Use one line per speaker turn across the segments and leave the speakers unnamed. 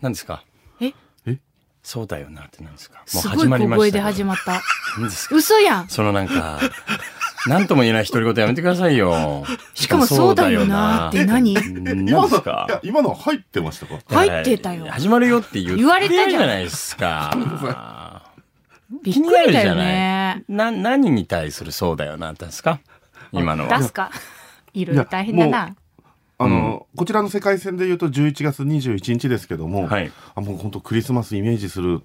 何ですか
え
そうだよなって何ですかもう
すご
始
い
まり
小
まし
声
た
で
よ
始まった。
何ですか
嘘やん
そのなんか、何とも言えない独り言やめてくださいよ。
しかもそうだよなって何
何
今
です
の、
か
いや今の入ってましたか
入ってたよ
始まるよって言
言われたじゃん
ってるじゃないですか。
びっくりだよね。
な、何に対するそうだよなってですか今の
出
は。
すかいろいろ大変だ
いや
な。
あの、こちらの世界戦で言うと11月21日ですけども、
はい
あもう本当クリスマスイメージする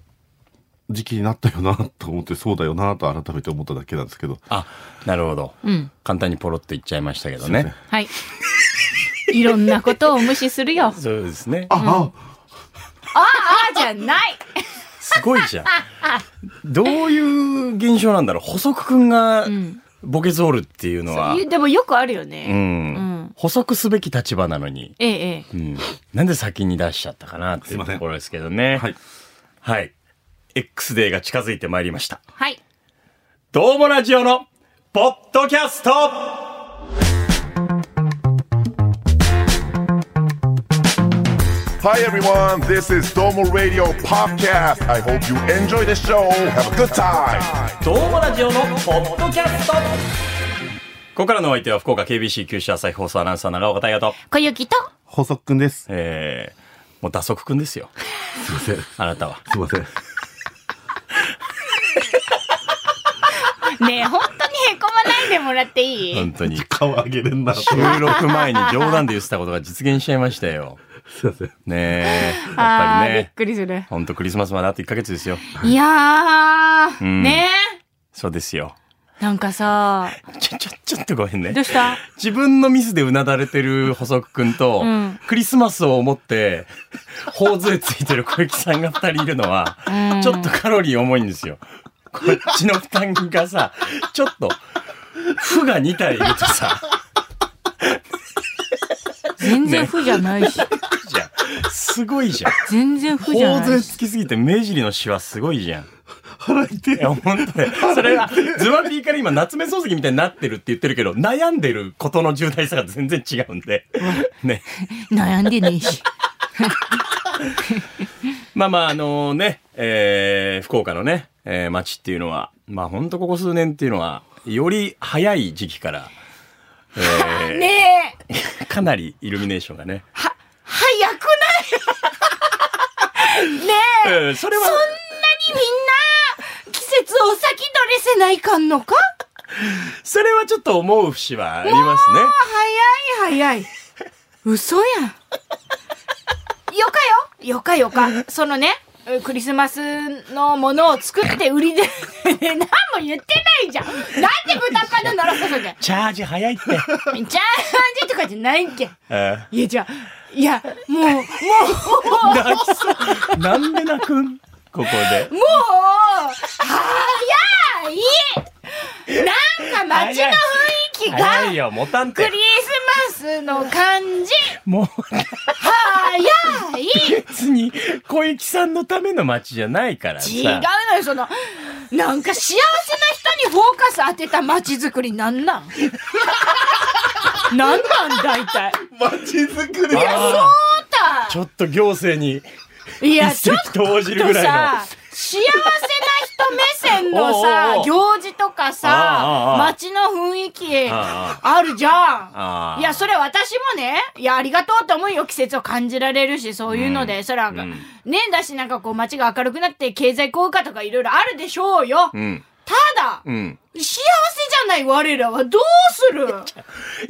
時期になったよなと思ってそうだよなと改めて思っただけなんですけど、
あ、なるほど。
うん。
簡単にポロっと言っちゃいましたけどね。
はい。いろんなことを無視する よ。
そうですね。
あ、
ああじゃない
すごいじゃん。どういう現象なんだろう細くくんが
ん
ボケゾールっていうのは。
そういうでもよくあるよ
う
ね。
ん
ん。
補足すべき立場なのに。
えええ
う
え。
んなんで先に出しちゃったかなっていうところですけどね。
あはい。
はい。X デーが近づいてまいりました。
はい。
どうもラジオのポッドキャスト
Hi everyone, this is Domo Radio Podcast. I hope you enjoy the show. Have a good time.
どうもラジオのポッドキャストここからのお相手は福岡 KBC 九州朝日放送アナウンサー長岡大和と、
小雪と、
細くんです。
えー、もう打足くんですよ。
すいません。す
あなたは。
いません。
ねえ、本当にへこまないでもらっていい
本当に。
顔上げれんな。すい
収録前に冗談で言ってたことが実現しちゃいましたよ。
ません。
ねえ。やっ
あ
ぱ
あ
り
ー、びっ
ね。
くりする。
ほんとクリスマスまであと1ヶ月ですよ。
いやー、
ん
ね
そうですよ。
え。なんかさ、
ちょ、ちょ、ちょっとごめんね
どう。した
自分のミスでうなだれてる細くくんと、
うん
クリスマスを思って、頬杖ついてる小雪さんが二人いるのは、
うん
ちょっとカロリー重いんですよ。こっちの負担がさ、ちょっと、負が2体いるとさ、
全然負じゃないし。
じゃんすごいじゃん。
全然負じゃ
頬
な
杖
い
つきすぎて目尻のシワすごいじゃん。い
腹痛い。
や、ほんとね。それは、ズワピーから今夏目漱石みたいになってるって言ってるけど、悩んでることの重大さが全然違うんで。ね。
悩んでねえし。
まあまあ、あのね、えー福岡のね、えー街っていうのは、まあ本当ここ数年っていうのは、より早い時期から、えー
ねえ、
かなりイルミネーションがね。
早くない ね
う
え、
んそれは、
そんなにみんな、季節を先取りせないかんのか
それはちょっと思う節はありますね。
早い早い。嘘やん。よかよ。よかよか。そのね、クリスマスのものを作って売りで、何も言ってないじゃん。なんで豚パンの鳴らすのじゃん。
チャージ早いって。
チャージとかじゃないんけん。
え
いや、じゃあ、いや、もう、もう、も
ー泣きそう。なんで泣くんここで。
う、早いなんか街の雰囲気
早い
が、
よ、持たん
ク
て
リ。スマスの感じ、
もう、
早い
別に、小雪さんのための街じゃないからさ。
違うのよそのなんか幸せな人にフォーカス当てた街づくりなんなんなんなん大体
街づくり。
あー
た
ちょっと行政に。
いや
一
ちょっ
石投じる
と
ぐらいの
さ幸せな人目線のさ
おうおう
行事と
あ
か
ああ
さ
あ
街の雰囲気
あ
あるじ
あ
ゃ
あ
んいやそれ私もねいやありがとうと思うよ季節を感じられるしそういうので、それは、ねだしなんかこう街が明るくなって経済効果とかいろいろあるでしょうよ、
うん。
ただ、
うん。
幸せじゃない我らはどう する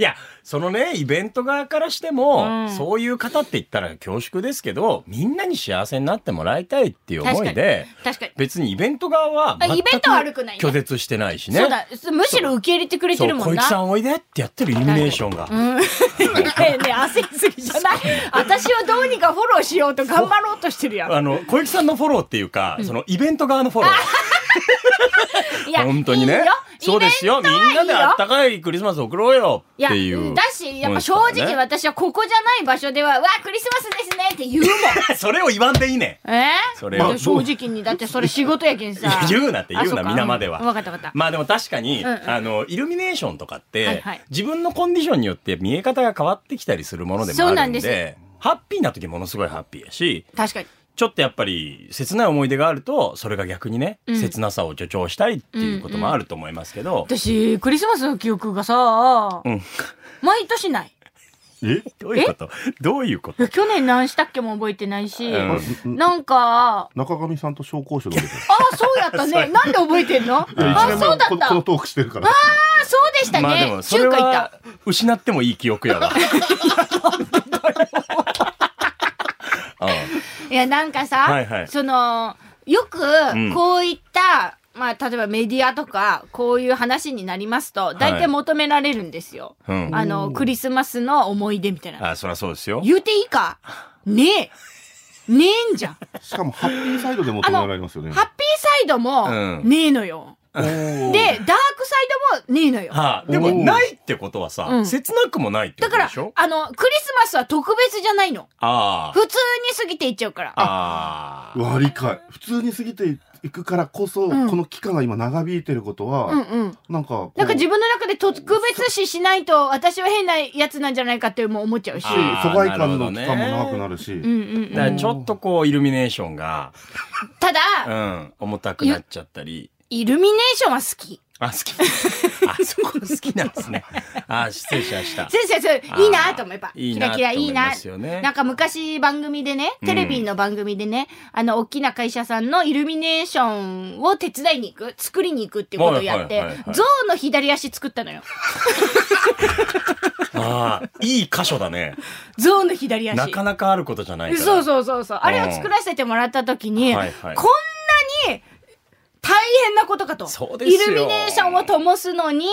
いや、そのね、イベント側からしても、
うん
そういう方って言ったら恐縮ですけど、みんなに幸せになってもらいたいっていう思いで、
確かに。
別にイベント側は
あ
全く
イベントは悪くないね
拒絶してないしね。
そうだ、むしろ受け入れてくれて
そう
るも
小
んな。
池さんおいでってやってるイルミネーションが。
うん。ねえねえ、焦りすぎじゃない私をどうにかフォローしようと頑張ろうとしてるやん。
あの、小池さんのフォローっていうか、そのイベント側のフォロー。
いや
本当に
いい
ね
よ。
そうですよ。
イ
み
ベントはいい
んな
よ
であったかいクリスマス送ろうよ
いや
っていう。
だし、やっぱ正直
は。
私はここじゃない場所では、わあ、クリスマスですねって言うもん。
それを言わんでいいね。
え
それは
でも正直に、だってそれ仕事やけん
い
さ
や。言うなって言う
あそ
な、
か
皆までは。
うんわかったわかった。
まあでも確かに、
うんうん
あの、イルミネーションとかって、
はいはい
自分のコンディションによって見え方が変わってきたりするものでもあるんで。
そうなんです
ハッピーな時ものすごいハッピーやし、
確かに。
ちょっとやっぱり切ない思い出があると、それが逆にね、
うん
切なさを助長したりっていうこともあると思いますけど、
私、クリスマスの記憶がさ、
うん。
毎年ない。
えどういうことどういうこと
いや去年何したっけも覚えてないし、
うん
なんか、
中上さんと紹興酒飲んで
ああ、そうやったね。なんで覚えてんのあ
た。いや一
あ、
年前
そうだ
こ
っ
の
た。
この
あ
トークしてるから。
あ、そうでしたね。
まあでも、それ
中華行った
は。失ってもいい記憶やわ。う
いや、なんかさ、
はいはい
その、よく
ん、
こういった、まあ、例えばメディアとか、こういう話になりますと、大体求められるんですよ。
んうん。
あの、クリスマスの思い出みたいな。
あ、そりゃそうですよ。
言うていいかねえ。ねえんじゃん。ハ
しかもハッピーサイドで求められますよね
ッピー。サイドも
う、ん
ねえのよ。
おー
で、ダークサイドもねえのよ。
はあ、でも、
おー
ないってことはさ、
うん
切なくもないって
だ
ことで
から
しょ、
あの、クリスマスは特別じゃないの。
あ
普通に過ぎていっちゃうから。
あ。ああ。
割りかい普通に過ぎていくからこそ、
ん
この期間が今長引いてることは、
うんうん。
なんかこう
なんか自分の中で特別視しないと私は変なやつなんじゃないかってもう思っちゃうし。
あー
疎外感の期間も長くなるし
うんうん
だからちょっとこう、イルミネーションが、
ただ、
うん、重たくなっちゃったり。
イルミネーションは好き。
あ、好き。あ、そこ好きなんですね。あ、失礼しま した。
先生、それいいなと思えば。
いい
キ
な
ラキラ
と思
いい
い
な
ますよね
なんか昔番組でね、テレビの番組でね、あの、大きな会社さんのイルミネーションを手伝いに行く、作りに行くっていうことをやって、
はいはいはいはい
象の左足作ったのよ。
ああ、いい箇所だね。
象の左足。
なかなかあることじゃないから。
そうそうそうそう。あれを作らせてもらった時に、
はいはい
こんなに大変なことかと。
そうですよ
イルミネーションを灯すのに、
う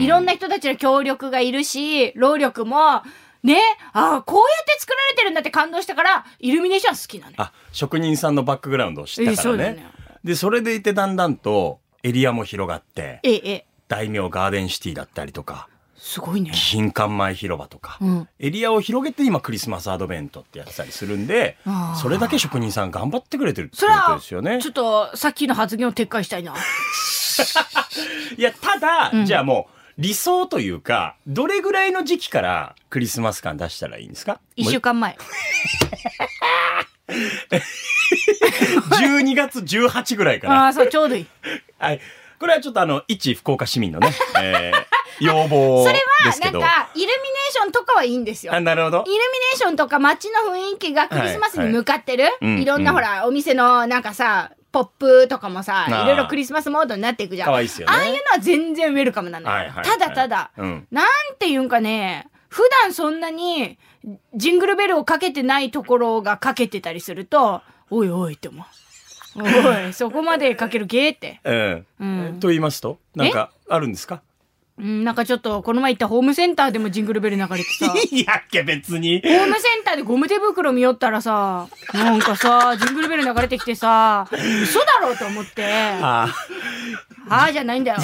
ん
いろんな人たちの協力がいるし、労力も、ね、ああ、こうやって作られてるんだって感動したから、イルミネーション好きなのよ。
あ、職人さんのバックグラウンドを知った
え
か
そ
ら
うだ
ね。
よね
で、それでいてだんだんと、エリアも広がって、
ええ、ええ、
大名ガーデンシティだったりとか、
すごいね。
金管前広場とか、
うん
エリアを広げて今クリスマスアドベントってやってたりするんで
あ、ー
それだけ職人さん頑張ってくれてるって
そ
こ
れは、
とですよね
ち。ょっと、さっきの発言を撤回したいな。
いや、ただ、じゃあもう、理想というか、どれぐらいの時期からクリスマス感出したら いいんですか
一週間前。
12月18ぐらいから。
ああ、そう、ちょうどいい。
はい。これはちょっとあの、一福岡市民の ね、えー、要望
そ
で
れは、
すけど。
なんか、イルミネーションとかはいいんですよ。
あ、なるほど
イル。ミネーションとか街の雰囲気がクリスマスに向かってる、
いはいい
ろんな
うん
ほら、お店のなんかさ、ポップとかもさ、
あー
いろいろクリスマスモードになっていくじゃん。
可愛いっすよね
ああいうのは全然ウェルカムなのよ。
はいはいはい
ただただ、
うん
なんていうんかね、普段そんなにジングルベルをかけてないところがかけてたりすると、おいおいって思う。おい、 そこまでかけるけって。
うん。
うん
と言いますと、なんか、あるんですか
うん、なんかちょっと、この前行ったホームセンターでもジングルベル流れてさ。
いやっけ、別に。
ホームセンターでゴム手袋見よったらさ、なんかさ、ジングルベル流れてきてさ、嘘だろうと思って、あ
あ
あじゃないんだよ。
ー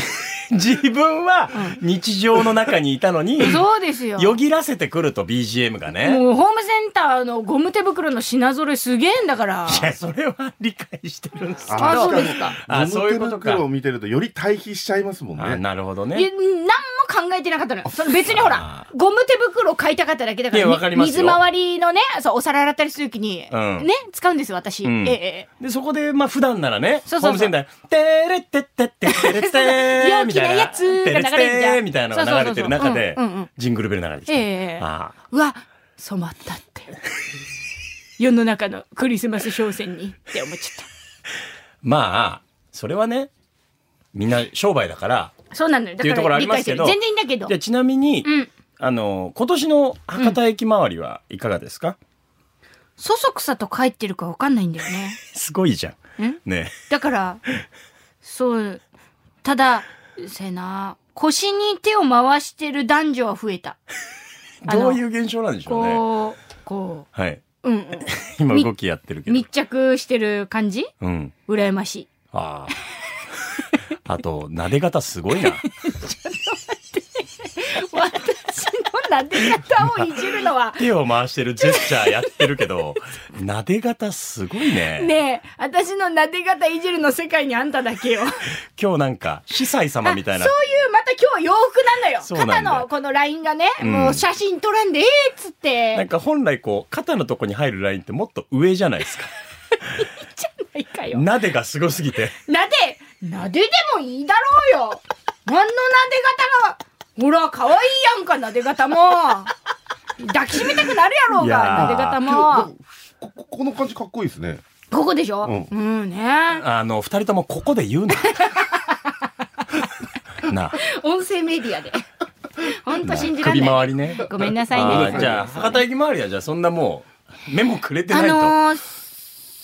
自分は日常の中にいたのに、
そうですよ。
よぎらせてくると BGM がね。
もうホームセンターのゴム手袋の品揃えすげえんだから。
いや、それは理解してるんですけ
あ
ど。
そうですか
あ
ゴ
そういう
ム
こと
手
か
袋を見てるとより対比しちゃいますもん
あ
ね。
なるほど
いや、
ね。
何も考えてなかったのよ。その別にほら、ゴム手袋を買いたかっただけだか、
いやわからりますよ
水回りのね、そう、お皿洗ったりするときに、
うん
ね、使うんですよ、私。
ん
ええええ。
で、そこで、まあ、普段ならね、ホ
そうそうそう
ームセンター、てれってってってってれってーみたいな、
陽気なやつが流れるじゃん
てれってーみたいなのが流れてる中で
そうそうそうそううんうんうん、
ジングルベル流れてき
ええ
て。あー
うわ染まったって 世の中のクリスマス商戦にって思っちゃっ
まあ、それはね、みんな商売だから、
たそうなのよ
っていう
だ
ところ
から
あり
理
ま
解
す
し
け
てる
ど。
全然いいんだけど
じゃあちなみに、
うん
あの、今年の博多駅周りはいかがですか、
そそくさと帰ってるかわかんないんだよね
すごいじゃん。
ん
ねえ
だからそうただせやな腰に手を回してる男女は増えたあの
どういう現象なんでしょうね。
こうこ
はい。
ううん、うん、
今
み
動きやってるけど
密。着してる感じ
うん。
羨まし い
あ あ。あと、撫で方すごいな。
私のなで方をいじるのは。
手を回してるジェスチャーやってるけど、撫で方すごいね。
ねえ、私の撫で方いじるの世界にあんただけよ。
今日なんか、司祭様みたいな
そう。いう、また今日洋服なのよ。
そうなんだ
肩のこのラインがね、
ん
もう写真撮らんでええっつっ
なん
て。
か本来こう、肩のとこに入るラインってもっと上じゃないですか。
じゃないかよ。
撫でがすごすぎて。
なで、なででもいいだろ うよ。何のなで方が、ほら、可愛いやんか、なで方も。抱きしめたくなるやろう
い
が、
や
な
ー
で方
今
も
日。こここの感じかっこいいですね。
ここでしょ
うん
うんね。
あの、二人ともここで言う な。なあ。
音声メディ アで。ほんと信じられ
首
ない。
回りね。
ごめんなさい
あ
ね。
ーじゃあ、博多駅周りはじゃあそんなもう、目もくれて
あ
ないと。
のー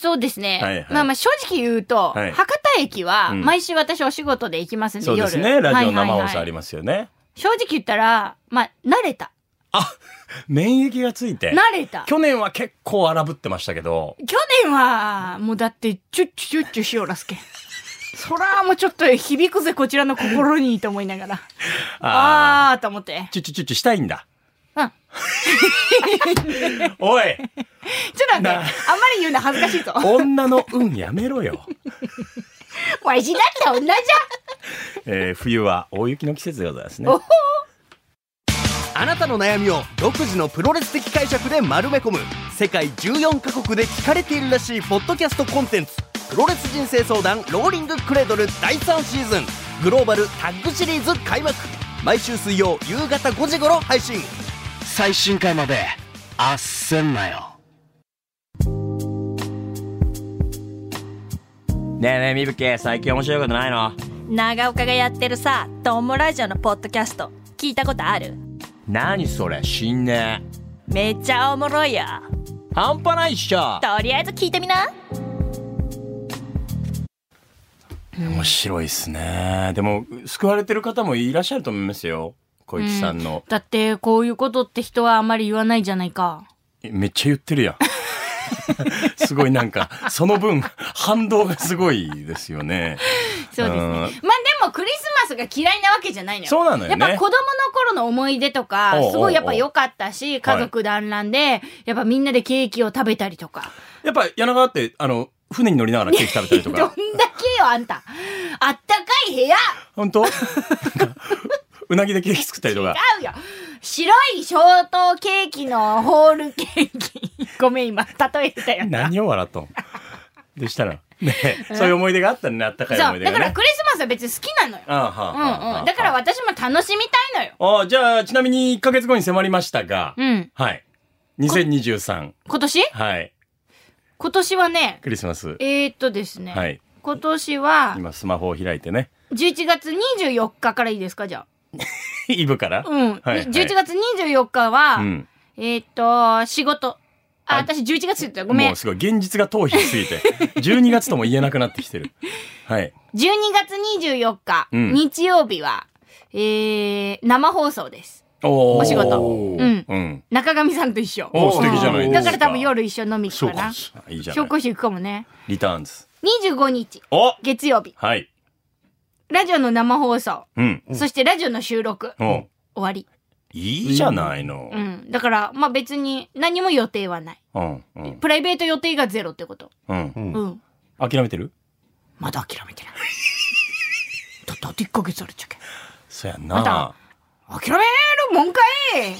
そうですね。
はいはい
まあまあ正直言うと、
はい
博多駅は
うん
毎週私お仕事で行きますんで、
そう
夜。
ですね。ラジオ生
はい
放
はい
送
は
あ
い
りますよね。
正直言ったら、まあ慣れた。
免疫がついて。
慣れた。
去年は結構荒ぶってましたけど、
去年は、もうだって、チュッチュチュッチュしおらすけ。そら、もうちょっと響くぜ、こちらの心に、と思いながら。
あ
あー、と思って。
チュチュチュチュしたいん だ。
う
お
ん。
い
ちょっと待って、
な
あんまり言うの恥ずかしいぞ。
女の運やめろよ。
わしだって女じ
えー冬は大雪の季節でございますね
ゃん。。おほ
あなたの悩みを独自のプロレス的解釈で丸め込む世界14カ国で聞かれているらしいポッドキャストコンテンツ「プロレス人生相談ローリングクレードル」第3シーズングローバルタッグシリーズ開幕毎週水曜夕方5時頃配信最新回まであっせんなよ
ねえねえ、みぶけ、最近面白いことないの
長岡がやってるさ「トンボラジオ」のポッドキャスト聞いたことある
何それ、死んねえ。
めっちゃおもろいよ
半端ないっしょ
とりあえず聞いてみな
面白いっすね。でも、救われてる方もいらっしゃると思いますよ。小池さんの。
だって、こういうことって人はあんまり言わないじゃないか。
えめっちゃ言ってるやん。 すごいなんか、その分、反動がすごいですよね。
そうですね。
うん
まあでもクリスマスが嫌いなわけじゃないのよ。
そうなのよね
やっぱ子供の頃の思い出とか
おうおうお、う
すごいやっぱ良かったし、家族団らんで、やっぱみんなでケーキを食べたりとか。
やっぱ、柳川って、あの、船に乗りながらケーキ食べたりと
どんだ
か。
けよ、あんた。あったかい部屋
本当なんかうなぎでケーキ作ったりとか。
合うよ。白いショートケーキのホールケーキ。ごめん、今、例えたよ。
何を笑っとんでしたら、ねえそういう思い出があったね、あったかい思
そ、
いう出
だ
が
から
ね
ク。リスマスは別に好きなのよ。
ああはあはあは
うんう
あ
ん。だから私も楽しみたいのよ。
ああ、じゃあ、ちなみに1ヶ月後に迫りましたが、
うん。
はい。2023、
今年
はい。
今年はね、
クリスマス。
えー、っとですね。
はい。
今年は、
今、スマホを開いてね。
11月24日からいいですかじゃ
イブから
あ。うん。
はい
11月24日は、
うん。
えーっと、仕事。あ、
あ
私11月って言ったごめん。
もう
12
すごい、現実が逃避しすぎ て、12月とも言えなくなってきてる。はい。
月24日、
うん
日曜日は、えー、生放送です。
おー
お仕事うん
うん。
中上さんと一緒。
おー素敵じゃないですか
だから多分夜一緒飲み行くかな。
紹
あいいじゃな
紹
い。
興酒行くかもね。
リターンズ。
25日、
お
月曜日、
はい。
ラジオの生放送、
うん。
そしてラジオの収録、終
お
わり。
いいじゃないの
う。ん。だから、まあ別に何も予定はない。
うん。うん。
プライベート予定がゼロってこと。
うん。
うん。
諦めてる
まだ諦 めてない。だってあと1ヶ月あるっちゃけ。
そやん
ま
な
た。諦めるもんかい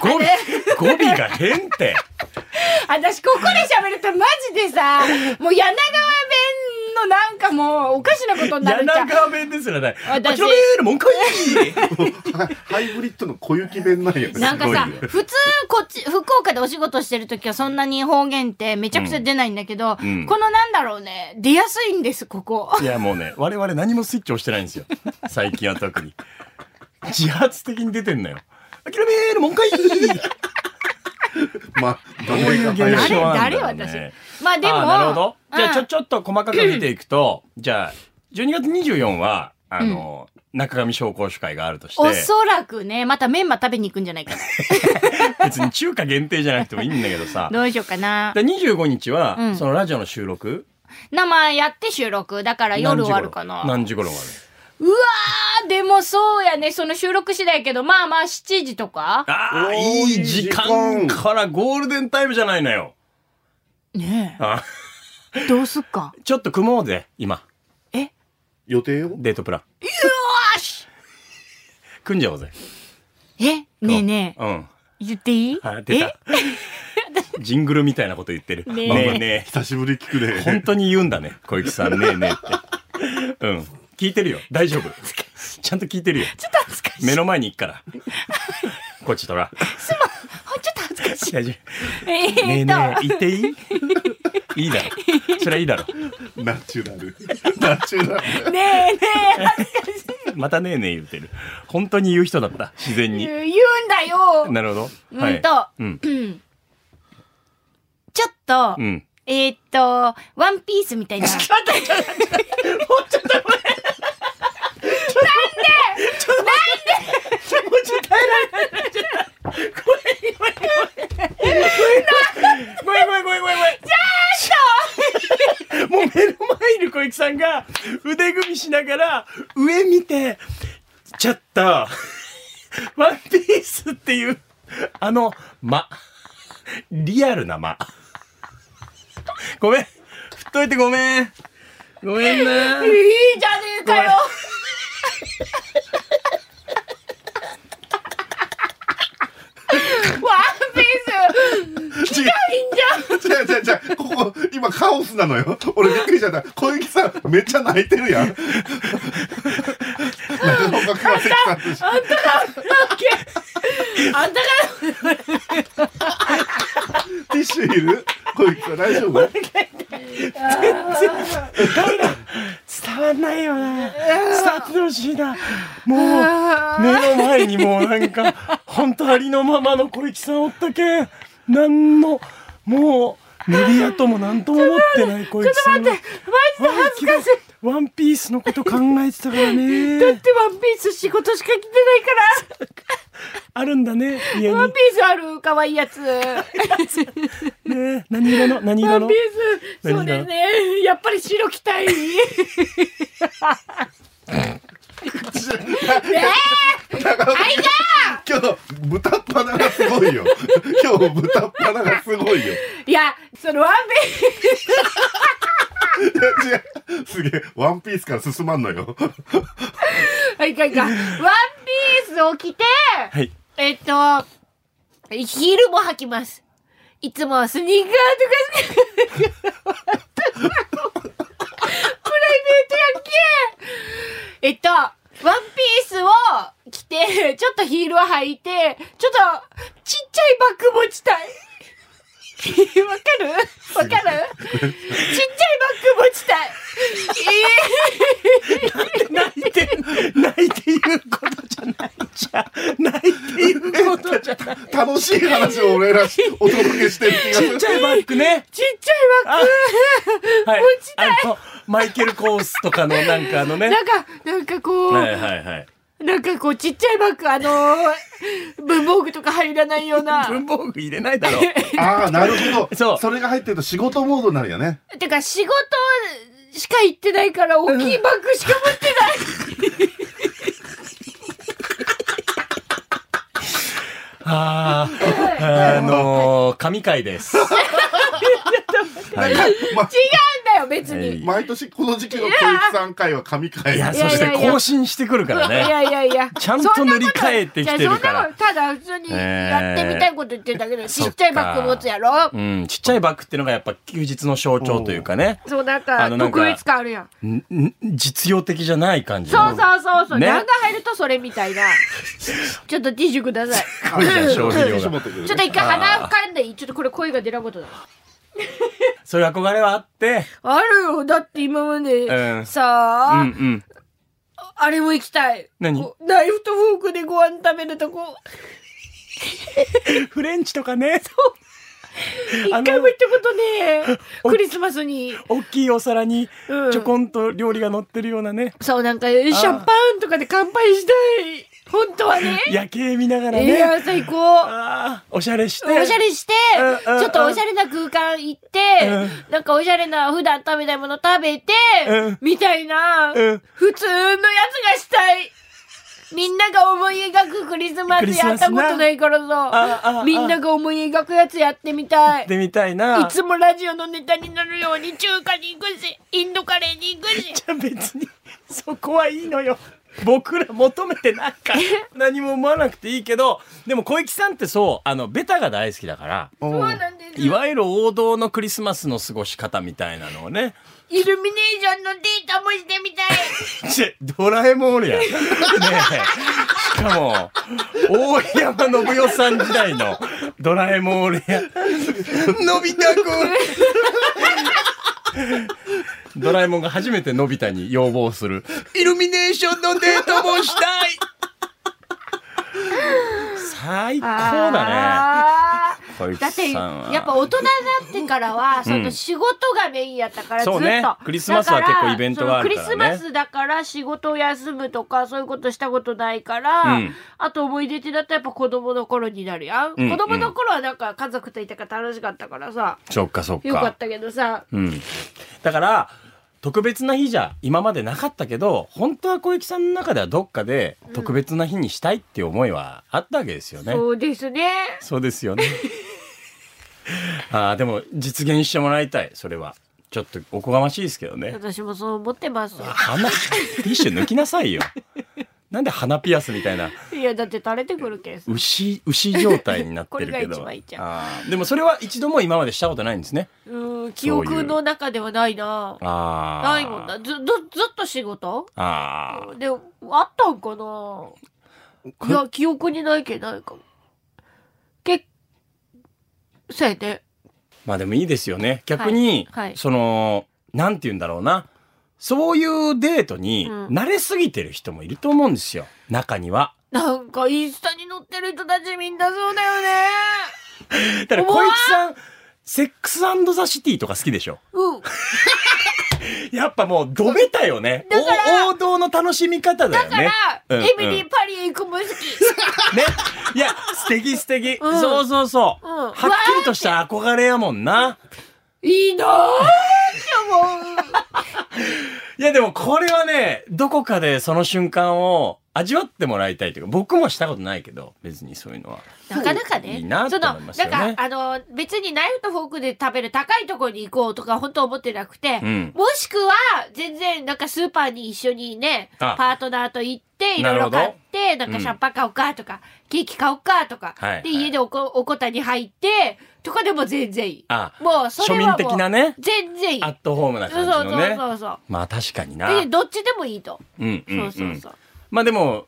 語尾、語尾が変って。
私ここで喋るとマジでさ、もう柳川弁のなんかもうおかしなこと になる
柳
じゃん。
川弁ですらない。諦め
私
るもんかい
ハイブリッドの小雪弁なんや。
なんかさ
すごい、よ
普通こっち、福岡でお仕事してる時はそんなに方言ってめちゃくちゃ出ないんだけど、
んうん
このなんだろうね、出やすいんです、ここ。
いやもうね、我々何もスイッチ押してないんですよ。最近は特に。自発的に出てんのよ。諦めるもん かい
まあ、どれ
こういう
が
現
早い
象
か。
なんだ
誰
よね
誰私まあでも
あーなるほど。じゃあ、ち
う
ょ、
ん
ちょっと細かく見ていくと、じゃあ、12月24は、あの、中上商工主会があるとして、
おそらくね、またメンマ食べに行くんじゃない かな。
別に中華限定じゃなくてもいいんだけどさ。
どうしようかな。
で25日は、
うん
そのラジオの収録
生やって収録。だから夜終わるかな。
何時頃何時頃ま
うわー、でもそうやね。その収録次第やけど、まあまあ7時とか
あ
お
あ、
ー
いい時
いい時
間
間
からゴールデンタイムじゃないのよ。
ね
あ
え。どうすっ か。
ちょっと組もうぜ、今。
え
予定を
デートプラン。よし組んじゃおうぜ。
えねえねえ。
うん。
言っていい
あ、出
え
た。ジングルみたいなこと言ってる。
ね
ね
え
えね
久しぶり聞く
え。本
ね。
当に言うんだね、小雪さん。ねえねえって。うん。聞いてるよ。大 丈夫。ちゃんと聞いてるよ。
ちょっと恥ずかしい。
目の前に行く から。こっちとら。
あちょっと恥ずかしい。
大丈夫。
えーっと、
ねえねえ、行っていいいいだろ。それはいいだろ。
ナチュラル。ナチュラル。
ねえねえ恥ずかしい。
またねえねえ言ってる。本当に言う人だった。自然に
言。うんだよ。
なるほど。
うんと
うん。
うん。ちょっと、
うん。
えーっと、ワンピースみたいな。
ごめんごめんごめんごめんごめん。ちょっともう目の前にいる小雪さんが腕組みしながら上見て、ちょっと、ワンピースっていう、あの、間。リアルな間。ごめん。振っといてごめん。ごめんな。
いいじゃねえかよ。ワンピー
違う。違う違う違う。ここ、今カオスなのよ。俺びっくりしちゃった。小雪さん、めっちゃ泣いてるやん。中岡倉関さんとして
スあんたが
ティッシュいる小雪さん、大丈夫
伝わんないよな。伝わってほしいな。もう、目の前にもうなんか、 本当ありのままの小雪さんおったけん、なんの、もう、メディアともなんとも思ってない小雪さんが。ちょっ
マジで恥ずかしい。
ワンピースのこと考えてたから
だっ
ね。
てワンピース仕事しか着てないか
あるんだね、家
ら。ワン
に
ピ。ースある可愛いやつ。
ね何色の何
ワ
色
ン
の
ピー
何
ス。
が
そうですね。やっぱり白着 たい。ね
今日、豚っ鼻がすごいよ。今日、豚っ鼻がすごいよ。
えいや、そのワンピース。
いや違う。すげえ、ワンピースから進まんのよ。
はい、いかんいかん。ワンピースを着て、
はい。
えっと、ヒールも履きます。いつもはスニーカーとかスニーカープライベートやっけえっと、ワンピースを着て、ちょっとヒールを履いて、ちょっとちっちゃいバッグ持ちたい。わかるわかる ちっちゃいバッグ持ちたい。
泣いて、泣いて言うことじゃないじゃん。泣いて言うことじゃない。
楽しい話を俺らしお届けしてる気がす
ちっ
る
ち。ゃいバッグね。
ちっちゃいバッグ。
はい
持ちたい。
あの、マイケル・コースとかのなんかあのね。
なんか、なんかこう、
はいはいはい。
なんかこうちっちゃいバッグ、あの ー文房具とか入らないような。
文房具入れないだろう。
ああ、なるほ
そ
ど。
う
れが入ってると仕事モードになるよね。
てか仕事しか行ってないから大きいバッグしか持ってない。
あー、あのー、神回です。はい。
ま
違うんだよ、別に。
毎年この時期の小雪さん会は神会。
いや、
い
そ
やいやいや
して更新してくるから
いや
ね。
いやいや。
ちゃんと塗り替えてきてるから
いやそんなことただ普通にやってみたいこと言ってるだけで、ちっちゃいバッグ持つやろ。
うん、ちっちゃいバッグってのがやっぱ休日の象徴というかね。
そうなん
あ
か
のなんか
特別感あるやん。
んん実用的じゃない感じ
そう
の。
そうそうそう。
ね
何が入るとそれみたいな。ちょっとティッシュください。
多いじゃん消費量
ちょっ
が。
と待ってくれ
ちょっと一回鼻かんでいいちょっとこれ声が出なことだ。
そういう憧れはあって、
あるよ。だって今ま
う
で
ん
さ
う
あ、
んうん。
あれも行きたい。
何
こうナイフとフォークでご飯食べるとこ。
フレンチとかね、
一
あの
回も行ったこと ねえ。クリスマスに。
大きいお皿に
うん
ちょこんと料理が乗ってるようなね。
そう、なんか、シャンパンとかで乾杯したい。本当はね。
夜景見ながら
い
ね。
や、最高。
ああ、おしゃれして。
おしゃれして、
うんうん
ちょっとおしゃれな空間行って、
う
なんかおしゃれな普段食べたいもの食べて、
うん
みたいな、
うん
普通のやつがしたい。みんなが思い描くクリスマス
クリス
やっ
マスな
たことないから
ああ
さ
あ、
みんなが思い描くやつやってみたい。
っ
い
てみたいな。
つもラジオのネタになるように中華に行くし、インドカレーに行くし
じ。ゃあ別に そこはいいのよ僕ら求めてなんか何も思わなくていいけどでも小池さんってそうあのベタが大好きだから
そうなんです。
いわゆる王道のクリスマスの過ごし方みたいなのをね
イルミネーションのデータもしてみた い。
ちぇドラえもんおるやんねえしかも大山信代さん時代のドラえもんおるやんのび太くんドラえもんが初めてのび太に要望するイルミネーションのデートもしたい最高だね
あー
小
だって
雪さんは
やっぱ大人になってからはその仕事がメインやったからずっ
そ
と、
うねクリスマスは
だから
結構イベントがあるからね
そのクリスマスだから仕事を休むとかそういうことしたことないから、
うん
あと思い出ってなったらやっぱ子供の頃になるやん、
うん
子供の頃はなんか家族といたから楽しかったからさ
そっかそっか
よかったけどさ
うん、だから特別な日じゃ今までなかったけど本当は小雪さんの中ではどっかで特別な日にしたいっていう思いはあったわけですよね。
そうですね
そうです よね。ああでも実現してもらいたいそれはちょっとおこがましいですけどね。
私もそう思ってます
鼻ティッシュ抜きなさいよ。なんで鼻ピアスみたいない
やだって垂れてくるけんさ
牛牛状態になってるけ
これが一
ど
番いいじゃん
あーでもそれは一度も今までしたことないんですね。
うん記憶の中ではないな
ああ
ないもんなずずずっと仕事
ああ
で、あったんかないや、記憶にないけどないかも。け、そうやね。
まあでもいいですよね。逆に、
はいはい
その、なんて言うんだろうな。そういうデートに
うん
慣れすぎてる人もいると思うんですよ。中には。
なんか、インスタに載ってる人たちみんなそうだよね。
だから小池さん、セックスザシティとか好きでしょ
うん。
やっぱもうドベタよね。
だから
お王道の楽しみ方だ
だ
よ
か
ね。
ら、
うんうん
エミリーパリへ行くも好き。
ね。いや、素敵素敵。
ん
そうそうそう、
うん
はっきりとした憧れやもんな。
いいなぁって思う。
いやでもこれはね、どこかでその瞬間を味わってもらいたいというか、僕もしたことないけど、別にそういうのは。
なかなかね。
いいなと
その
思いますよね
なんか、あの、別にナイフとフォークで食べる高いところに行こうとか、本当思ってなくて、
うん
もしくは、全然、なんかスーパーに一緒にね、
あ
パートナーと行って、い
な
ろ
るほ
いろ
ど
買って、なんかシャンパン買おうかとか、ケーキ買おうかとか、
はい
で、
はい
家でおこ、おこたに入って、とかでも全然いい。
あ
もう、それはもう
庶民的なね
全然いい。
アットホームな
そう
感じ
そう
のね。
そうそう。
まあ確かにな。
で、どっちでもいいと。
うんうん、う
そ
ん。
うそうそう。
まあでも、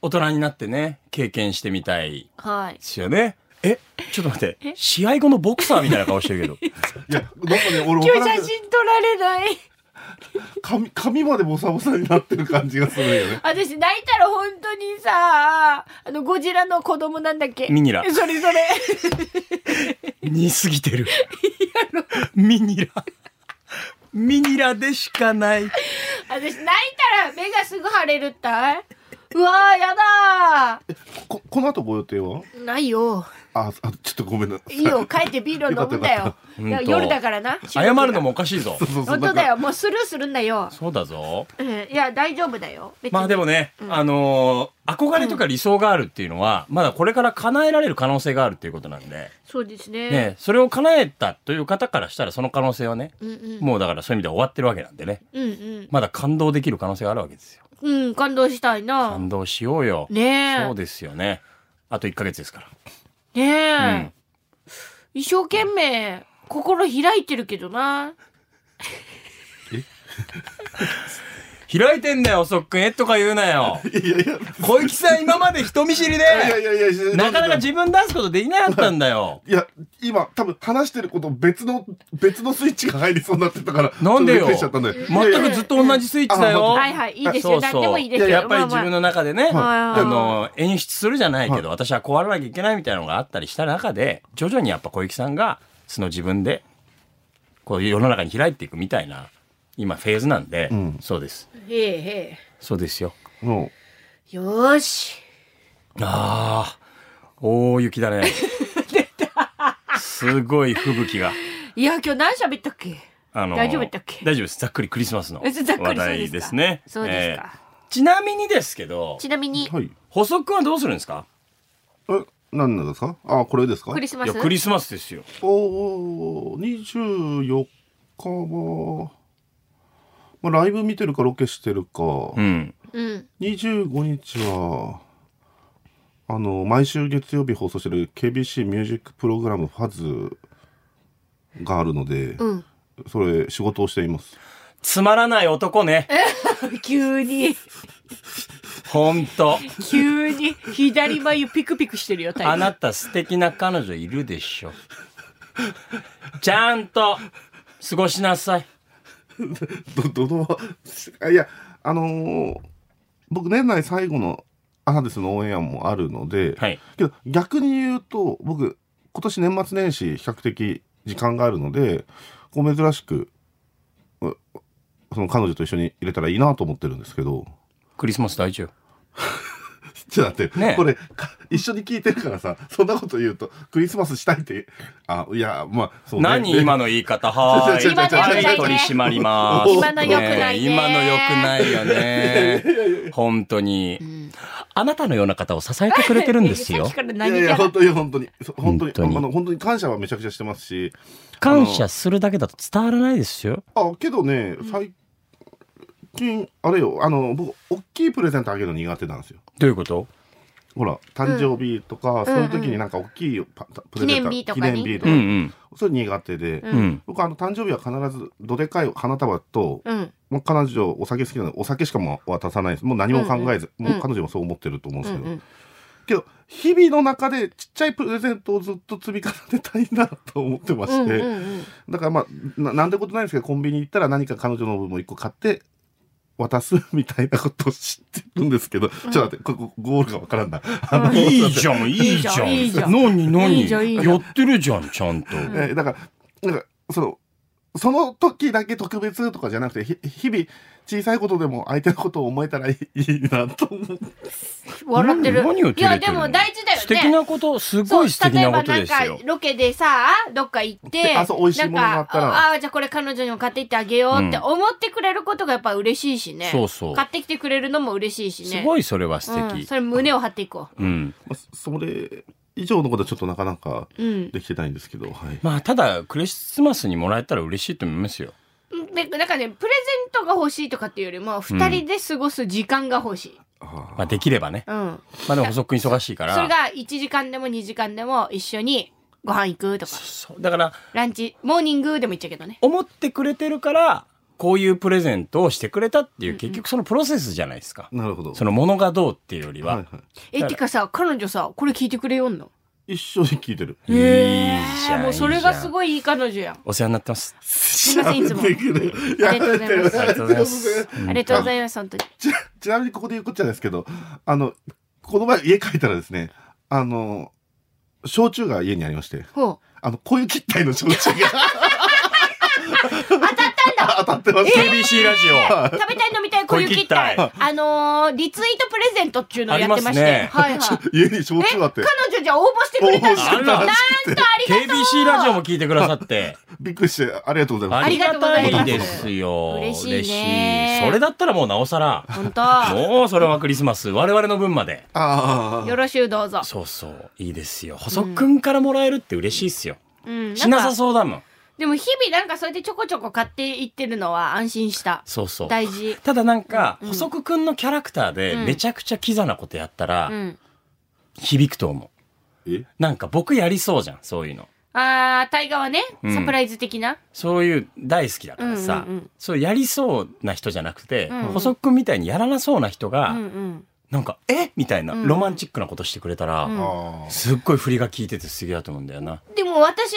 大人になってね、経験してみたい
はい
で。すよね。え、ちょっと待って、試合後のボクサーみたいな顔してるけど。
いや、なんかね、俺分
今
から
日写
んけど、
真撮られない。
髪、髪までボサボサになってる感じがするよ ね。
私泣いたら本当にさあのゴジラの子供なんだっけ
ミニラ
それそ れ
似すぎてる。ミニラ。ミニラでしかない。
私泣いたら目がすぐ腫れるったいうわあやだ
こ、この後ご予定は
ーないよ
あ、あ、ちょっとごめんなさい。
いいよ帰ってビール飲むんだ
よ
たよか
よ
か
った
いや夜だからな
謝るのもおかしいぞ
そ。うそうそう。
本当だ
なんか。
よもうスルーするんだよ、
そうだぞ。
うん、いや大丈夫だよ別に
まあでもね、あのー憧れとか理想があるっていうのは、まだこれから叶えられる可能性があるっていうことなんで。
そうですね
ね、それを叶えたという方からしたらその可能性はね、
うんうん
もうだからそういう意味では終わってるわけなんでね
うん
まだ感動できる可能性があるわけですよ
うんうん感動したいな
感動しようよ、
ねえ
そうですよねあと1ヶ月ですか
ねえ、
ら、
一生懸命心開いてるけどな
うん、開いてんだよそっくんえとか言うなよ
いやいや、
小雪さん今まで人見知りで
いやいやいや、
なかなか
い
自分出すことできなかったんだよ
や、今、多分話してること別の、別のスイッチが入りそうになってたから、
なんでよ
ちょっとびっくりしちゃったんだよ。いや
全
い
く
や
ずっと同じスイッチだよ、
あ
はいはいいいですよ
そうそう
何でもいいですよ
ややっぱり
まあ
自
まあ
分の中でね、
はい
あの演出するじゃないけど、私はこうあらなきゃいけないみたいなのがあったりした中で徐々にやっぱ小雪さんが素の自分でこう世の中に開いていくみたいな今フェーズなんで、
ん
そうです
へえへえ
そうですよ
も
よーし。
ああ、大雪だ ね。すごい吹雪が。
いや、今日何喋ったっけ
あの
大丈夫だったっけ
大丈夫です。ざっくりクリスマスの
えざっく
話
りそうですか
題ですね。
そうですか
えーちなみにですけど、
ちなみに、
はい。
補足はどうするんですか
え、何なんですかあ、これですか
クリスマ
い
ス
や、クリスマスですよ。
おー、24日は、まあ、ライブ見てるかロケしてるか、
うん。
うん。
25日は、あの、毎週月曜日放送してる KBC ミュージックプログラムファズがあるので、
うん。
それ仕事をしています。
つまらない男ね。
急に、
ほん と。
急に、左眉ピクピクしてるよ、太
あ
陽。
なた素敵な彼女いるでしょ。ちゃんと過ごしなさい。
ど、どの、あいや、あのー僕年内最後のアハデスのオンエアもあるので、
はい。
けど逆に言うと僕今年年末年始比較的時間があるのでこう珍しくうその彼女と一緒に入れたらいいなと思ってるんですけど
クリスマス大丈夫。
ちょっと待って、
ねえ
これか一緒に聞いてるからさそんなこと言うとクリスマスしたいってあいやまあそう、ね、
何今の言い方はーい。
今の良く
は
ないね
い、取り締まります。
今の良くないね
え今の良くないよね。本当に。あなたのような方を支えてくれてるんです
さ
よ
っき。から
いや
何
いや
か
本当に本当にそう本当
本
に
当に
あの本当に感謝はめちゃくちゃしてますし
感謝するだけだと伝わらないですよ。
あけどね最近あれよあの僕大きいプレゼントあげるの苦手なんですよ
どういうこと
ほら誕生日とか、その時になんか大きいパプレゼント
記念日とかに
記念日と
う
か
ん
それ苦手で、
うん。うん。
僕あの誕生日は必ずどでかい花束と、
うん。
もう彼女お酒好きなのでお酒しかもう渡さないですもう何も考えず、
ん
もう彼女もそう思ってると思うんで
う
すけ
ん
ど、
うん。
けど日々の中でちっちゃいプレゼントをずっと積み重ねたいなと思ってま
う
し
ん
て、
うん
だからまあななんてことないんですけどコンビニ行ったら何か彼女の分も一個買って渡すみたいなことを知ってるんですけど、ちょっと待ってここゴールがわからんな。あの
いいじゃん、いいじゃん。
いいじゃん
何、
いい
何
じゃんいいじゃん
やってるじゃん、ちゃんと。
えーだから、なんか、その、その時だけ特別とかじゃなくて、ひ日々、小さいことでも相手のことを思えたらいいいいなと思う。
うん。笑ってる。
何何を照れてるの
いや、でも大事だよね。
素敵なこと、す
そ
ご
う
い素敵
例え
な
ば
こと
な
で
ん
す
か
よ。
ロケでさどっか行って
あそう美味しいものがあったら
なんかああじゃあこれ彼女にも買っていってあげようって思ってくれることがやっぱ嬉しいしね、
そうそう
買ってきてくれるのも嬉しいしね
すごいそれは素
うん、
敵
そ。れ胸を張っていこ
うん。
まあそれ以上のことはちょっとなかなか
ううん
できてないんですけど、はい。
まあ、ただ、クリスマスにもらえたら嬉しいと思いますよ。
でなんかねプレゼントが欲しいとかっていうよりも二人で過ごす時間が欲しい、
あ
まあ、できればね。
うん
まあ、でも補足君忙しいから。
それが1時間でも2時間でも一緒にご飯行くとか
そうだから、
ランチモーニングでも行っちゃうけどね
思ってくれてるから、こういうプレゼントをしてくれたっていう、結局そのプロセスじゃないですか
ー。なるほど。
そのものがどうっていうより
はいは
は。
えてかさ彼女さこれ聞いてくれよんの
い。一緒に聞いてる。
いいじゃん。
もうそれが
い
す
いじ
ごいいい彼女やん
ゃん。お世話になってます。
すいませんいつも
できるい
あ
や
りがとうございます
ありがとうございます。
ありがとうございます、本当に。
ちちなみにここで言うことじゃないですけど、あの、この前家帰ったらですね、あの、焼酎が家にありまして、
ほ
あの、こういう切ったいの焼酎が
う。当たったんだ
当たってます。
KBC ラジオ。
食べたい飲みたい、こういう切ったい。
こういう
あのー、リツイートプレゼントっていうのをやってまして。
あり
はいはい。
家に焼酎があって
彼、女じゃあ応募してくれたんだ。
応募してた
なんとありがとう
KBC ラジオも聞いてくださって。
びっくりして、ありがとうございます。
あ
あ
り
り
が
がとうござ
た
います
いですよ。
嬉しいね
嬉しいそれだったらもうなおさら。
本当。
もうそれはクリスマス。我々の分まで。
あ
よ
あ。
ろしゅうどうぞ。
そうそう。いいですよ。細くんからもらえるって嬉しいっすよ。
うん。
しなさ
う。
そうだもん。
でも日々なんかそうやってちょこちょこ買っていってるのは安心した。
そうそう。
大事。
ただなんか、細くくんのキャラクターでめちゃくちゃキザなことやったら
う、ん。
響くと思
え
う。なんか僕やりそうじゃん、そういうの。
あー、大河はね、
ん
サプライズ的な。
そういう大好きだからさ、
うんうんうん
そうやりそうな人じゃなくて、
んうん
細くんみたいにやらなそうな人が、
うんうん。
なんか、えみたいな、
ん
ロマンチックなことしてくれたら、
ん
あー
すっごい振りが効いててすげえだと思うんだよな。
でも私、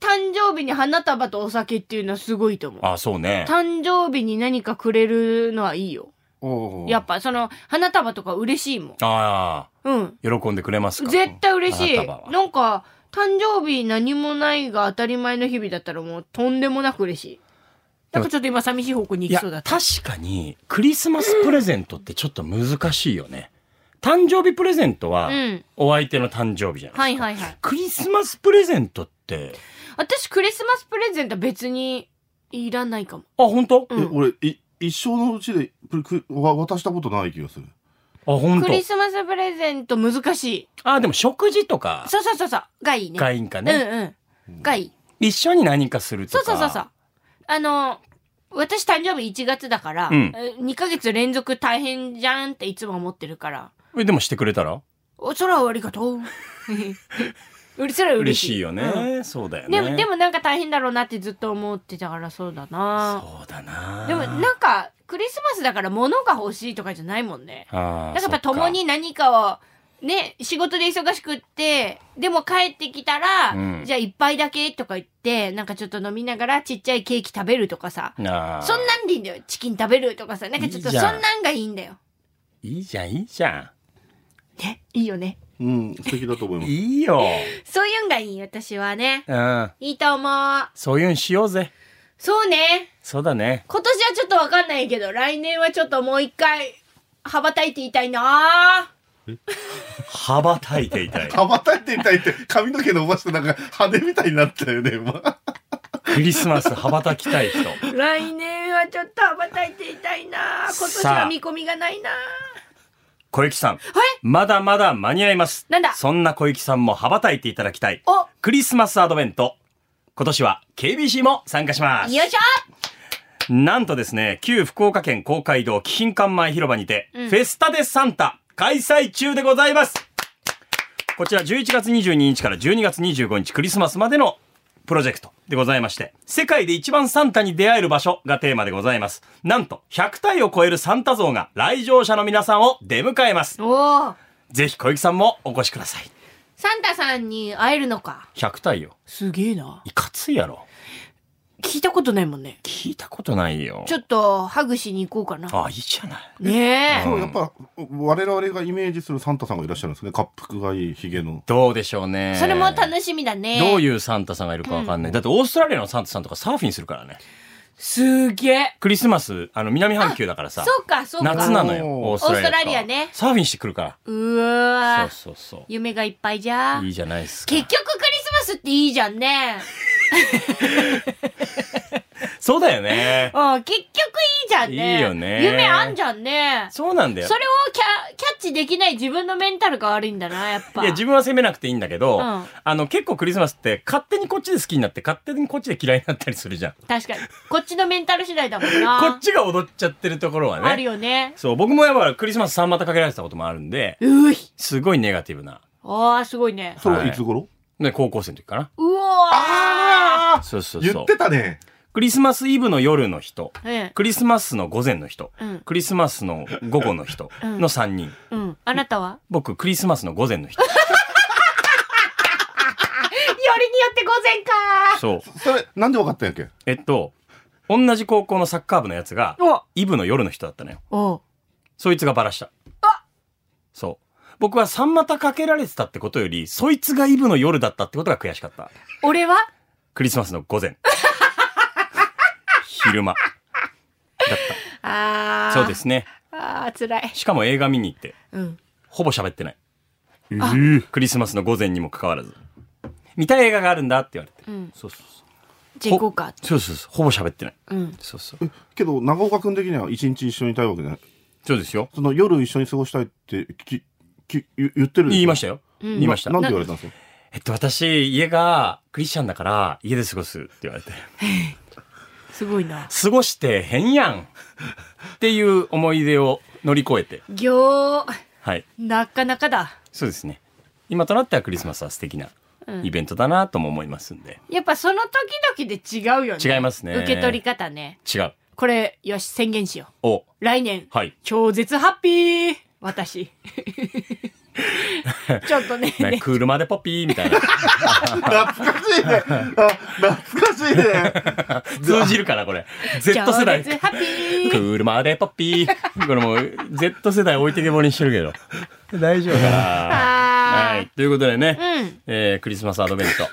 誕生日に花束とお酒っていうのはすごいと思う。
あ、そうね。
誕生日に何かくれるのはいいよ。
おー
やっぱその花束とか嬉しいもん。
あ
うん。
あ、喜んでくれますか
絶対嬉しい。
花束は
なんか、誕生日何もないが当たり前の日々だったらもうとんでもなく嬉しい。なんかちょっと今寂しい方向に
い
行き
や、
そうだっ
確
た。
かに、クリスマスプレゼントってちょっと難しいよね。誕生日プレゼントは
うん、
お相手の誕生日じゃない、
はいはいはい。
クリスマスプレゼントって、
私、クリスマスプレゼント別にいらないかも。
あ、本当、
うん
え俺い一生のうちでプくわ渡したことない気がする
あ、本
ク
当
リスマスプレゼント難しい。
あ、でも食事とか
そうそうそうそう。がいいね。
がいいんかね、
うんうん。がいい。
一緒に何かすると
そう
か。
そうそうそう。あの、私誕生日1月だから、
うん
え2ヶ月連続大変じゃんっていつも思ってるから、
えでもしてくれたら
お、そらありが とう。うれそれは
嬉
嬉しい。
しいよね、
うん
そうだよね。
でも、でもなんか大変だろうなってずっと思ってたからそうだな。
そうだな
でもなんか、クリスマスだから物が欲しいとかじゃないもんね。
あー
だからやっぱ共に何かを、ね、仕事で忙しくって、でも帰ってきたら、
うん
じゃあ一杯だけとか言って、なんかちょっと飲みながらちっちゃいケーキ食べるとかさ。
そっかあー
そんなんでいいんだよ。チキン食べるとかさ。なんかちょっと
いい
そ
じ
ん
ゃん
なんがいいんだよ。
いいじゃんいいじゃ
ね。いいよね。
うん素敵だと思い
ん
ます
いい よ、
そういうんがいい、私はね。
うん、
いいと思う。
そういうんしようぜ
そうね。
そうだね
今年はちょっとわかんないけど、来年はちょっともう一回、羽ばたいていたいな
羽ばたいていたい
羽ばたいてみたいって髪の毛伸ばしてなんか羽みたいになったよね今
クリスマス羽ばたきたい人
来年はちょっと羽ばたいていたいな今年
さ
は
あ
見込みがないな
小雪さんまだまだ間に合います
なんだ
そんな小雪さんも羽ばたいていただきたい
お
クリスマスアドベント今年は KBC も参加します
よいしょ
なんとですね、旧福岡県公会堂貴賓館前広場にて、
うん
フェスタデサンタ開催中でございますこちら11月22日から12月25日クリスマスまでのプロジェクトでございまして、世界で一番サンタに出会える場所がテーマでございます。なんと100体を超えるサンタ像が来場者の皆さんを出迎えます。
おー
ぜひ小雪さんもお越しください。
サンタさんに会えるのか。
100体よ。
すげえな。
いかついやろ。
聞いたことないもんね。
聞いたことないよ。
ちょっと、ハグしに行こうかな。
あ、いいじゃない。
ねえ。
そうやっぱ我々がイメージするサンタさんがいらっしゃるんですね恰幅がいいひげの
どうでしょうね。
それも楽しみだね。
どういうサンタさんがいるかわかんない。だってオーストラリアのサンタさんとかサーフィンするからね。
すげえ。
クリスマス、あの、南半球だから
そ
さ。
うか、そうか。
夏なのよ、
おー
オーストラリアとか
オーストラリアね
サーフィンしてくるか
う
ら。
わー
そうそうそ
夢がいっぱいじゃ
う。い
ん。
いじゃないですか。
結局クリスマスっていいじゃんね。
そうだよね。
うん、結局いいじゃんね。
いいよね
夢あんじゃんね。そ
そうなんだ
れ
よ
を。キャキャッチできない自分のメンタルが悪いんだな、やっぱ。
いや、自分は責めなくていいんだけど、
うん
あの、結構クリスマスって勝手にこっちで好きになって、勝手にこっちで嫌いになったりするじゃん。
確かに。こっちのメンタル次第だもん な。
こっちが踊っちゃってるところはね。
あるよね。
そう、僕もやっぱクリスマス三股かけられてたこともあるんで、
うい。
すごいネガティブな。
あー、すごいね。
それはいつ頃、
ね、高校生の時か
うおー。
あ
そうそうそう
言ってたね
クリスマスイブの夜の人、
うん。
クリスマスの午前の人、
うん
クリスマスの午後の人
うん
の3人。
うん。あなたは
僕、クリスマスの午前の人。
よりによって午前か
そう。
それなんで分かったんやっけ
えっと、同じ高校のサッカー部のやつが、イブの夜の人だったのよ。
おお
そいつがバラした。そう。僕は三股かけられてたってことより、そいつがイブの夜だったってことが悔しかった。
俺は
クリスマスの午前。昼間。だっ
あ
た。
ー。
そうで。すね。
あー、辛い。
しかも映画見に行って、
うん。
ほぼ喋ってない。
え
クリスマスの午前にもかかわらず。見たい映画があるんだって言われて。
うん。
そうそうそう。
じゃあ行こうか。
そうそうそう。ほぼ喋ってない。
うん。
そうそう。
けど長岡君的には一日一緒にいたいわけじゃない
そうですよ。
その夜一緒に過ごしたいってきき言言ってる
言いましたたよ。
うん
言いました
な。んて言われたんですか
えっと、私、家がクリスチャンだから、家で過ごすって言われて。
すごいな。
過ごしてへんやんっていう思い出を乗り越えて。
行、
はい。
なかなかだ。
そうですね。今となってはクリスマスは素敵な
うん
イベントだなとも思いますんで。
やっぱその時々で違うよね。
違いますね
受け取り方ね。
違う。
これ、よし、宣言しよう。
お、
来年、
はい。
超絶ハッピー 私。ちょっとね。
ね、車でポピーみたいな。
懐かしいねあ懐かしいね
通じるかな、これ。Z 世代
超。絶ハッピー
車でポッピー。これもう、Z 世代置いてけぼりにしてるけど。大丈夫かな。
ああ
はい。ということでね、
うん
えークリスマスアドベント。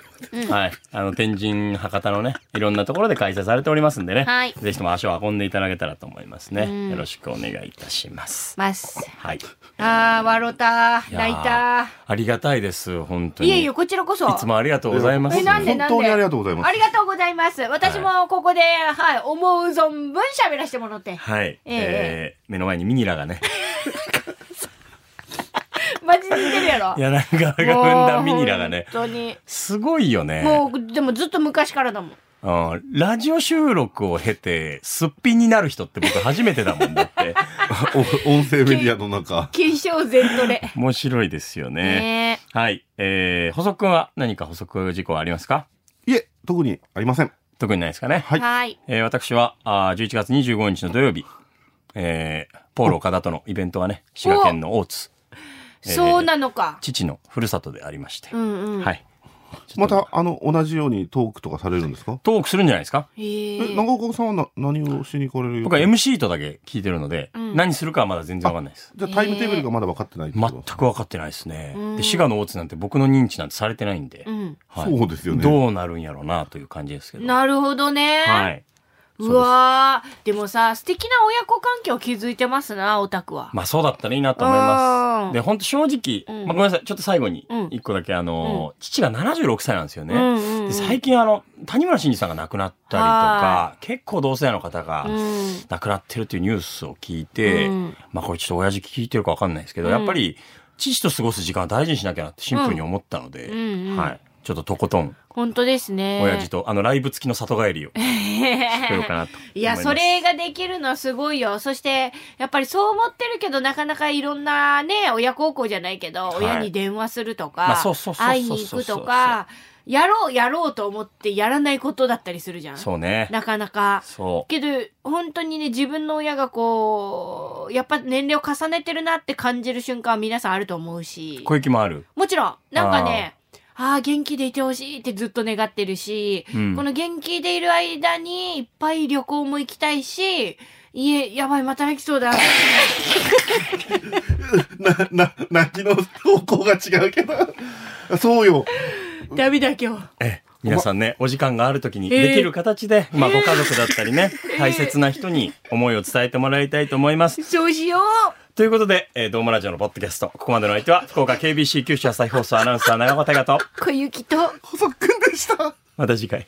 はい。あの、天神、博多のね、いろんなところで開催されておりますんでね。
はい
ぜひとも足を運んでいただけたらと思いますね。よろしくお願いいたします。
ます。
はい。
あー、笑った。
いやー
泣いた。
ありがたいです、本当に。
いえいえ、こちらこそ。
いつもありがとうございます。
え、なんでなんで
本当にありがとうございます
ありがとうございます。私もここで、はい、思う存分喋らせてもらって。
はい。
え
え
え
ー目の前にミニラがね。
マジで似てるやろ。
いや、なんか、が
も
生
うん
だミニラがね。
本当に。
すごいよね。
もう、でもずっと昔からだもん。
うんラジオ収録を経て、すっぴんになる人って僕初めてだもんだって。
お音声メディアの中。
金賞全 トレ。
面白いですよね。
ね
はい。えー、補足は何か補足事項はありますか
いえ、特にありません。
特にないですかね。
え。はい。
えー私は、あー11月25日の土曜日、えー、ポール岡田とのイベントはね、滋賀県の大津、えー
そうなのか。
父のふるさとでありまして。
うんうん。
はい。ちょ
ま
っと
た、あの、同じようにトークとかされるんですか
トークするんじゃないですか
えー
え、長岡さんはな何をしに行かれる
僕は MC とだけ聞いてるので、
ん
何するかはまだ全然わかんないです。
じゃあタイムテーブルがまだ分かってないってこ
全
と
く分かってないですね。で滋賀の大津なんて僕の認知なんてされてないんで、
うん。
はい
そうですよね
どうなるんやろうなという感じですけど。
なるほどね。
はい。
うわーでもさ、素敵な親子関係を築いてますな、オタクは。
まあそうだったらいいなと思い
うん
ます。で、本当正直、
うん
まあごめんなさい、ちょっと最後に
うん、
一個だけ、あのー、父が76歳なんですよね。
うんうんうん
で最近、あの、谷村新司さんが亡くなったりと
は
か、結構同世代の方が
うん
亡くなってるというニュースを聞いて、
うん
まあこれちょっと親父聞いてるかわかんないですけど、
うん
やっぱり、父と過ごす時間は大事にしなきゃなってシンプルに思ったので、
うんうんうん
はい。ちょっととことん、
本当ですね。
親 父と、あの、ライブ付きの里帰りを作ろうかなと思います。
いや、それができるのはすごいよ。そして、やっぱりそう思ってるけど、なかなかいろんなね、親孝行じゃないけど、
い
親に電話すると
ま
か
あそうそう、そうそう
会いに行くとか、やろう、やろうと思ってやらないことだったりするじゃん。
そうね。
なかなか。
そう。
けど、本当にね、自分の親がこう、やっぱ年齢を重ねてるなって感じる瞬間は皆さんあると思うし。
小雪もある。
もちろん、なんかね、ああー、元気でいてほしいってずっと願ってるし、
うん
この元気でいる間にいっぱい旅行も行きたいし、家、やばい、また泣きそうだ。
な、な、 泣きの方向が違うけど。そうよ。
ダメだ、今日。
ええ皆さんね、お時間があるときに
ええ
できる形で、まあご家族だったりね、大切な人に思いを伝えてもらいたいと思います。
そうしよ
ということで、えー、ドームラジオのポッドキャスト、ここまでの相手は、福岡 KBC 九州朝日放送アナウンサー長岡大和と、
う。小雪と。
また次回。